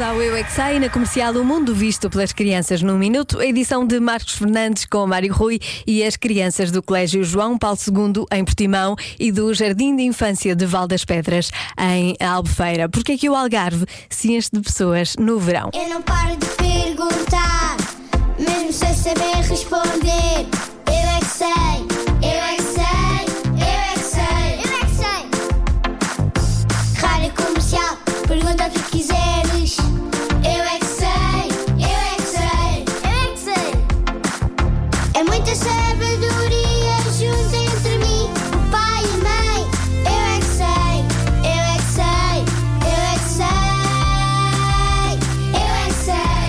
ao Eu é que Sei, na comercial O Mundo Visto pelas Crianças num Minuto, a edição de Marcos Fernandes com Mário Rui e as crianças do Colégio João Paulo II em Portimão e do Jardim de Infância de Val das Pedras em Albufeira. Porque é que o Algarve se enche de pessoas no verão? Eu não paro de perguntar, mesmo sem saber responder. Eu é que sei, eu é que sei, eu é que sei, eu é que sei. Rádio comercial, pergunta o que quiseres. Eu é que sei, eu é que sei, eu é que sei. É muita sabedoria junto entre mim, o pai e a mãe. Eu é que sei, eu é que sei, eu é que sei. Eu é que sei,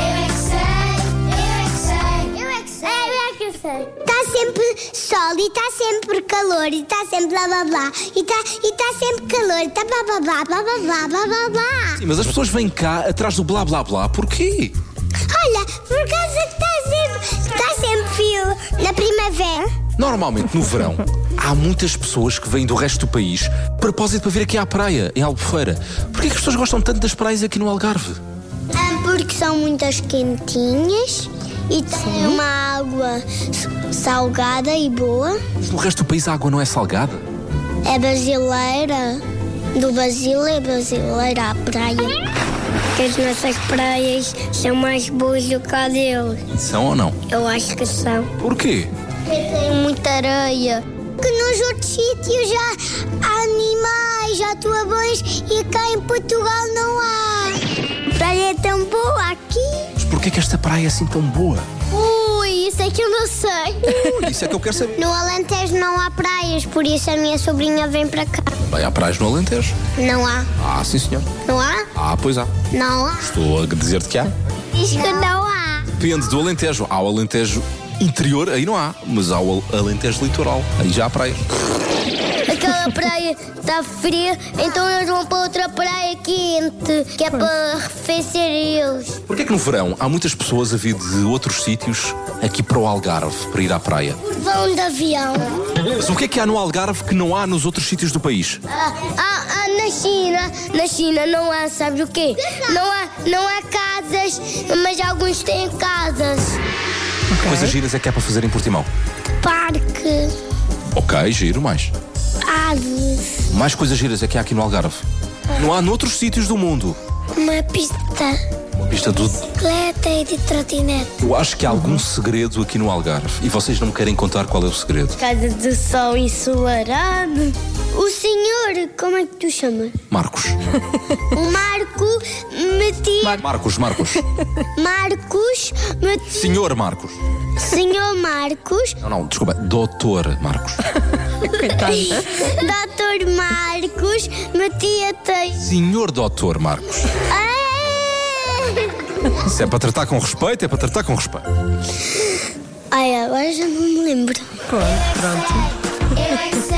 eu é que sei, eu é que sei, eu é que sei, eu é que sei. Está sempre sol e está sempre calor e tá está sempre blá blá blá e está e tá sempre calor, está blá blá blá blá blá blá blá blá blá. Sim, mas as pessoas vêm cá atrás do blá blá blá, porquê? Olha, por causa que está sempre, tá sempre frio na primavera. Normalmente no verão há muitas pessoas que vêm do resto do país de propósito para vir aqui à praia, em Albufeira. Porquê que as pessoas gostam tanto das praias aqui no Algarve? É Porque são muitas quentinhas e tem uma água salgada e boa. Mas no resto do país a água não é salgada? É brasileira. Do Brasil é brasileira a praia. Que as nossas praias são mais boas do que a deles. São ou não? Eu acho que são. Porquê? Tem muita areia. Que nos outros sítios há há animais, há tubarões e cá em Portugal não há. A praia é tão boa aqui. Mas porquê que esta praia é assim tão boa? Ui, isso é que eu não sei. Ui, Isso é que eu quero saber. No Alentejo não há praias, por isso a minha sobrinha vem para cá. Bem, há praias no Alentejo? Não há. Ah, sim senhor. Não há? Ah, pois há. Não há. Estou a dizer-te que há. Diz que não há. Depende do Alentejo. Há o Alentejo interior, aí não há. Mas há o Alentejo litoral, aí já há praias. Aquela praia está fria, então eles vão para outra praia quente, que é para arrefecer eles. Porquê é que no verão há muitas pessoas a vir de outros sítios aqui para o Algarve, para ir à praia? Vão de avião. Mas o que é que há no Algarve que não há nos outros sítios do país? Ah, ah, ah, na China, na China não há, sabes o quê? Não há, não há casas, mas alguns têm casas. Coisas giras é que há para fazer em Portimão. Parque, Ok, giro, mais. aves, Mais coisas giras é que há aqui no Algarve. Não há noutros sítios do mundo. uma pista, Uma pista do. bicicleta e de trotinete. Eu acho que há algum segredo aqui no Algarve. E vocês não me querem contar qual é o segredo. Casa do sol ensolarado. O senhor, como é que tu chamas? Marcos. O Marco meti... Marcos, Marcos. Marcos meti... Senhor Marcos. Senhor Marcos, Não, não, desculpa. Doutor Marcos. tá Coitada. Doutor Marcos, Matia Teixeira. Senhor Doutor Marcos. Isso é para tratar com respeito, é para tratar com respeito. Ai, agora já não me lembro. Eu é que sei,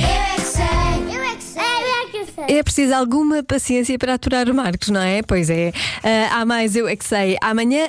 eu é que sei, eu é que sei, eu é que sei. É preciso alguma paciência para aturar o Marcos, não é? Pois é. Ah, há mais Eu é que sei. Amanhã